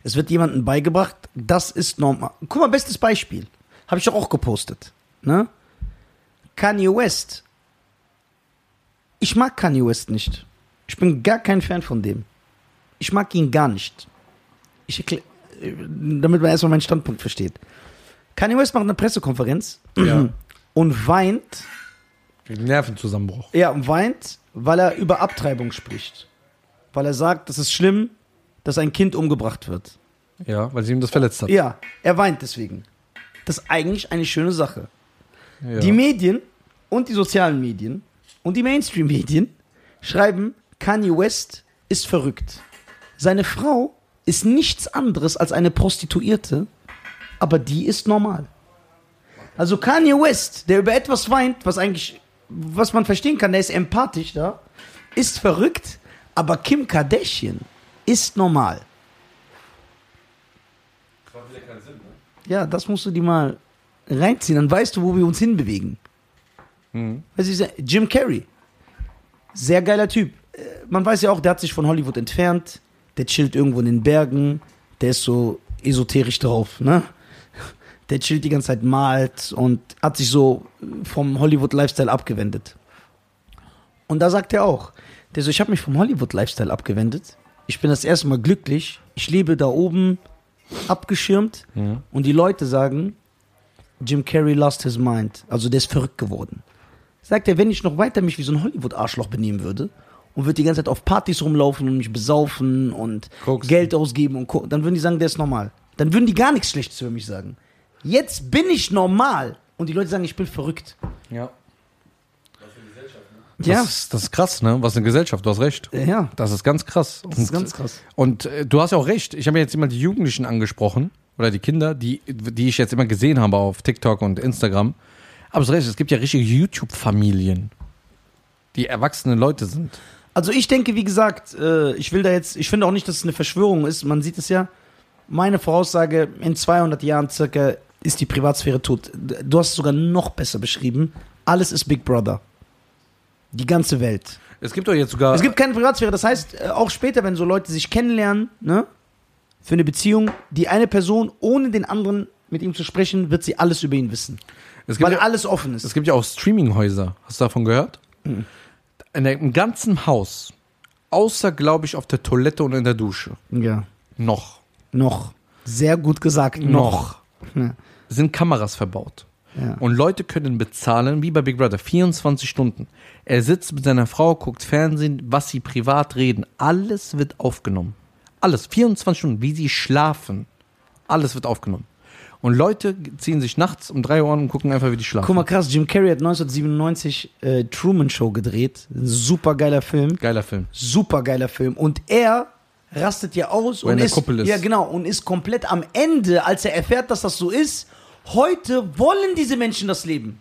es wird jemandem beigebracht, das ist normal. Guck mal, bestes Beispiel. Habe ich doch auch gepostet. Ne? Kanye West. Ich mag Kanye West nicht. Ich bin gar kein Fan von dem. Ich mag ihn gar nicht. Ich erkläre, damit man erstmal meinen Standpunkt versteht. Kanye West macht eine Pressekonferenz
Ja.
und weint,
Wegen Nervenzusammenbruch.
ja, und weint, weil er über Abtreibung spricht. Weil er sagt, das ist schlimm, dass ein Kind umgebracht wird.
Ja, weil sie ihm das verletzt hat.
Ja, er weint deswegen. Das ist eigentlich eine schöne Sache.
Ja.
Die Medien und die sozialen Medien und die Mainstream-Medien schreiben, Kanye West ist verrückt. Seine Frau ist nichts anderes als eine Prostituierte, aber die ist normal. Also Kanye West, der über etwas weint, was eigentlich, was man verstehen kann, der ist empathisch da, ist verrückt, aber Kim Kardashian ist normal.
Das macht wieder keinen Sinn, ne?
Ja, das musst du dir mal reinziehen. Dann weißt du, wo wir uns hinbewegen. Weißt du, dieser- Jim Carrey. Sehr geiler Typ. Äh, Man weiß ja auch, der hat sich von Hollywood entfernt. Der chillt irgendwo in den Bergen. Der ist so esoterisch drauf, ne? Der chillt die ganze Zeit, malt und hat sich so vom Hollywood-Lifestyle abgewendet. Und da sagt er auch, der so, ich habe mich vom Hollywood-Lifestyle abgewendet. Ich bin das erste Mal glücklich. Ich lebe da oben abgeschirmt und die Leute sagen, Jim Carrey lost his mind. Also der ist verrückt geworden. Sagt er, wenn ich noch weiter mich wie so ein Hollywood-Arschloch benehmen würde und würde die ganze Zeit auf Partys rumlaufen und mich besaufen und
Koksen.
Geld ausgeben und ko- dann würden die sagen, der ist normal. Dann würden die gar nichts Schlechtes über mich sagen. Jetzt bin ich normal und die Leute sagen, ich bin verrückt.
ja.
Ja,
Das, ist, das ist krass, ne? Was eine Gesellschaft, du hast recht.
ja.
Das ist ganz krass.
Das ist ganz krass.
Und äh, du hast ja auch recht. Ich habe ja jetzt immer die Jugendlichen angesprochen oder die Kinder, die, die ich jetzt immer gesehen habe auf TikTok und Instagram. Aber du hast recht, es gibt ja richtige YouTube-Familien, die erwachsene Leute sind.
Also ich denke, wie gesagt, äh, ich will da jetzt, ich finde auch nicht, dass es eine Verschwörung ist. Man sieht es ja. Meine Voraussage, in 200 Jahren circa ist die Privatsphäre tot. Du hast es sogar noch besser beschrieben. Alles ist Big Brother. Die ganze Welt.
Es gibt doch jetzt sogar.
Es gibt keine Privatsphäre. Das heißt, äh, auch später, wenn so Leute sich kennenlernen, ne, für eine Beziehung, die eine Person, ohne den anderen mit ihm zu sprechen, wird sie alles über ihn wissen.
es gibt
Weil
ja-
alles offen ist.
Es gibt ja auch Streaminghäuser. Hast du davon gehört?
Hm.
In der, Im ganzen Haus, außer, glaube ich, auf der Toilette und in der Dusche,
Ja.
noch,
Noch. Sehr gut gesagt. Noch.
noch
Ja.
sind Kameras verbaut.
Ja.
Und Leute können bezahlen, wie bei Big Brother, 24 Stunden. Er sitzt mit seiner Frau, guckt Fernsehen, was sie privat reden. Alles wird aufgenommen. Alles, 24 Stunden, wie sie schlafen. Alles wird aufgenommen. Und Leute ziehen sich nachts um 3 Uhr an und gucken einfach, wie die schlafen.
Guck mal, krass, Jim Carrey hat 1997 äh, Truman Show gedreht. Super geiler Film.
Geiler Film.
Super geiler Film. Und er rastet ja aus
er
und
in der
ist,
Kuppel ist.
Ja, genau. Und ist komplett am Ende, als er erfährt, dass das so ist. Heute wollen diese Menschen das Leben.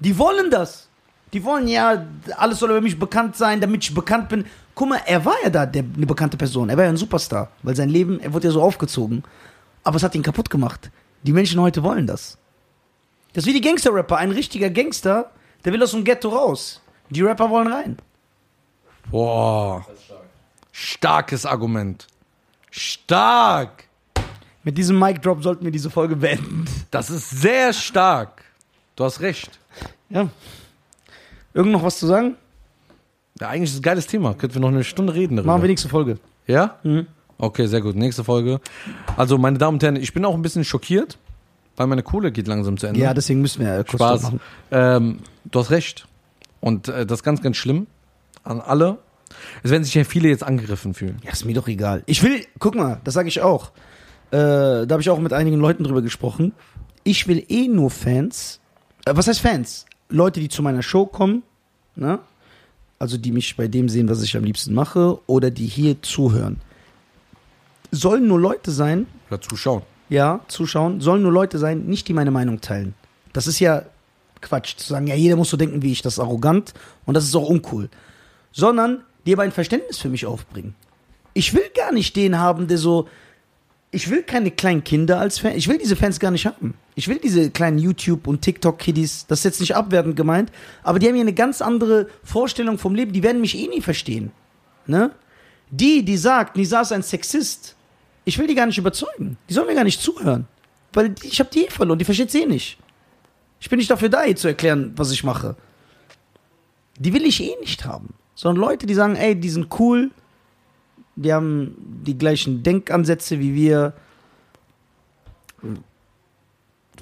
Die wollen das. Die wollen ja, alles soll über mich bekannt sein, damit ich bekannt bin. Guck mal, er war ja da der, eine bekannte Person. Er war ja ein Superstar. Weil sein Leben, er wurde ja so aufgezogen. Aber es hat ihn kaputt gemacht. Die Menschen heute wollen das. Das ist wie die Gangster-Rapper. Ein richtiger Gangster, der will aus dem Ghetto raus. Die Rapper wollen rein.
Boah. Starkes Argument. Stark.
Mit diesem Mic-Drop sollten wir diese Folge beenden.
Das ist sehr stark. Du hast recht.
Ja. Irgend noch was zu sagen?
Ja, eigentlich ist es ein geiles Thema. Könnten wir noch eine Stunde reden darüber.
Machen wir nächste Folge.
Ja?
Mhm.
Okay, sehr gut. Nächste Folge. Also, meine Damen und Herren, ich bin auch ein bisschen schockiert, weil meine Kohle geht langsam zu Ende.
Ja, deswegen müssen wir äh, kurz Stopp
Spaß.
machen.
Ähm, du hast recht. Und äh, das ist ganz, ganz schlimm an alle. Es werden sich ja viele jetzt angegriffen fühlen.
Ja, ist mir doch egal. Ich will, guck mal, das sage ich auch. Äh, da habe ich auch mit einigen Leuten drüber gesprochen. Ich will eh nur Fans. Äh, was heißt Fans? Leute, die zu meiner Show kommen, ne? Also die mich bei dem sehen, was ich am liebsten mache, oder die hier zuhören. Sollen nur Leute sein,
Oder zuschauen.
ja, zuschauen, sollen nur Leute sein, nicht die meine Meinung teilen. Das ist ja Quatsch, zu sagen, ja, jeder muss so denken wie ich, das ist arrogant und das ist auch uncool. Sondern die aber ein Verständnis für mich aufbringen. Ich will gar nicht den haben, der so, ich will keine kleinen Kinder als Fan. Ich will diese Fans gar nicht haben. Ich will diese kleinen YouTube- und TikTok-Kiddies. Das ist jetzt nicht abwertend gemeint, aber die haben ja eine ganz andere Vorstellung vom Leben. Die werden mich eh nie verstehen. Ne? Die, die sagt, Nisa ist ein Sexist, ich will die gar nicht überzeugen. Die sollen mir gar nicht zuhören. Weil die, ich habe die eh verloren. Die versteht eh nicht. Ich bin nicht dafür da, ihr zu erklären, was ich mache. Die will ich eh nicht haben. Sondern Leute, die sagen, ey, die sind cool, die haben die gleichen Denkansätze wie wir.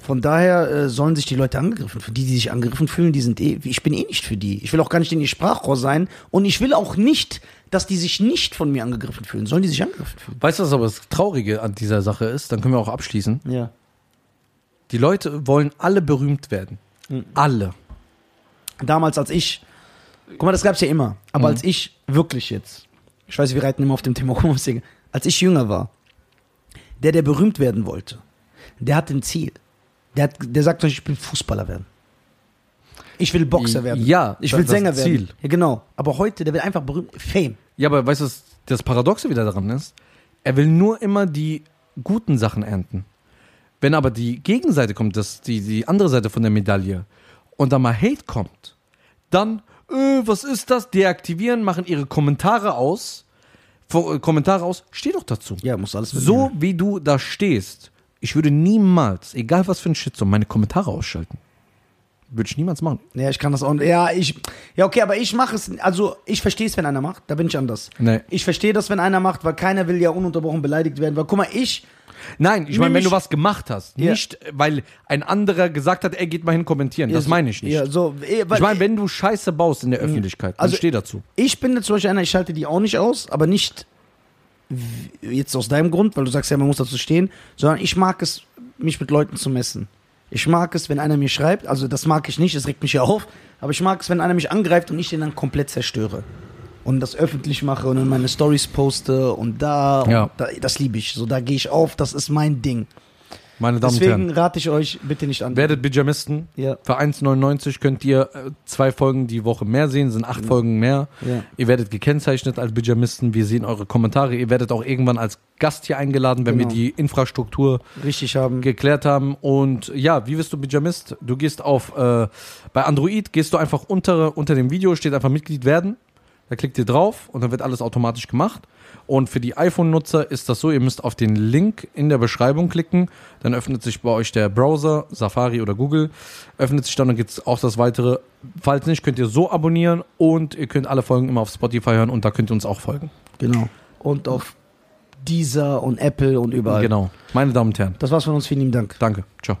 Von daher äh, sollen sich die Leute angegriffen fühlen. Die, die sich angegriffen fühlen, die sind eh, ich bin eh nicht für die. Ich will auch gar nicht in ihr Sprachrohr sein und ich will auch nicht, dass die sich nicht von mir angegriffen fühlen. Sollen die sich angegriffen fühlen?
Weißt du, was aber das Traurige an dieser Sache ist? Dann können wir auch abschließen.
Ja.
Die Leute wollen alle berühmt werden.
Mhm.
Alle.
Damals, als ich, guck mal, das gab's ja immer, aber
Mhm.
als ich wirklich jetzt, ich weiß, wir reiten immer auf dem Thema rum, deswegen, als ich jünger war, der, der berühmt werden wollte, der hat ein Ziel. Der, hat, der sagt zum Beispiel, ich will Fußballer werden. Ich will Boxer werden.
Ja,
Ich
das-
will
das
Sänger
Ziel.
werden. Ja, genau. Aber heute, der will einfach berühmt. Fame.
Ja, aber weißt du, was das Paradoxe wieder daran ist? Er will nur immer die guten Sachen ernten. Wenn aber die Gegenseite kommt, das, die, die andere Seite von der Medaille, und da mal Hate kommt, dann, äh, was ist das? Deaktivieren, machen ihre Kommentare aus. Vor, äh, Kommentare aus, steh doch dazu.
Ja, muss alles
So wie du da stehst, ich würde niemals, egal was für ein Shitstorm, meine Kommentare ausschalten. Würde ich niemals machen.
Ja, ich kann das auch. Ja, ich. Ja, okay, aber ich mache es. Also, ich verstehe es, wenn einer macht. Da bin ich anders.
Nee.
Ich verstehe das, wenn einer macht, weil keiner will ja ununterbrochen beleidigt werden. Weil, guck mal, ich.
Nein, ich meine, wenn
Nämlich-
du was gemacht hast,
Ja.
nicht äh, weil ein anderer gesagt hat, ey, geht mal hin kommentieren. Das meine ich nicht.
Ja, so. eh, weil-
ich meine, wenn du Scheiße baust in der Öffentlichkeit,
Also-
dann steh dazu.
Ich bin jetzt zum Beispiel einer, ich schalte die auch nicht aus, aber nicht w- jetzt aus deinem Grund, weil du sagst ja, man muss dazu stehen, sondern ich mag es, mich mit Leuten zu messen. Ich mag es, wenn einer mir schreibt, also das mag ich nicht, das regt mich ja auf, aber ich mag es, wenn einer mich angreift und ich den dann komplett zerstöre. Und das öffentlich mache und in meine Stories poste und da, und
Ja.
da das liebe ich. So, da gehe ich auf, das ist mein Ding.
Meine Damen und
Deswegen
Herren,
rate ich euch, bitte nicht an.
werdet Pyjamisten.
Ja.
Für 1,99 könnt ihr äh, zwei Folgen die Woche mehr sehen, sind acht Folgen mehr.
Ja.
Ihr werdet gekennzeichnet als Pyjamisten. Wir sehen eure Kommentare. Ihr werdet auch irgendwann als Gast hier eingeladen, wenn
Genau.
wir die Infrastruktur
Richtig haben.
geklärt haben. Und ja, wie wirst du Pyjamist? Du gehst auf, äh, bei Android gehst du einfach unter, unter dem Video, steht einfach Mitglied werden. Da klickt ihr drauf und dann wird alles automatisch gemacht. Und für die iPhone-Nutzer ist das so, ihr müsst auf den Link in der Beschreibung klicken. Dann öffnet sich bei euch der Browser, Safari oder Google. Öffnet sich dann und gibt es auch das weitere. Falls nicht, könnt ihr so abonnieren und ihr könnt alle Folgen immer auf Spotify hören und da könnt ihr uns auch folgen.
Genau. Und auf Deezer und Apple und überall.
Genau. Meine Damen und Herren,
Das war's von uns. Vielen lieben Dank.
danke. Ciao.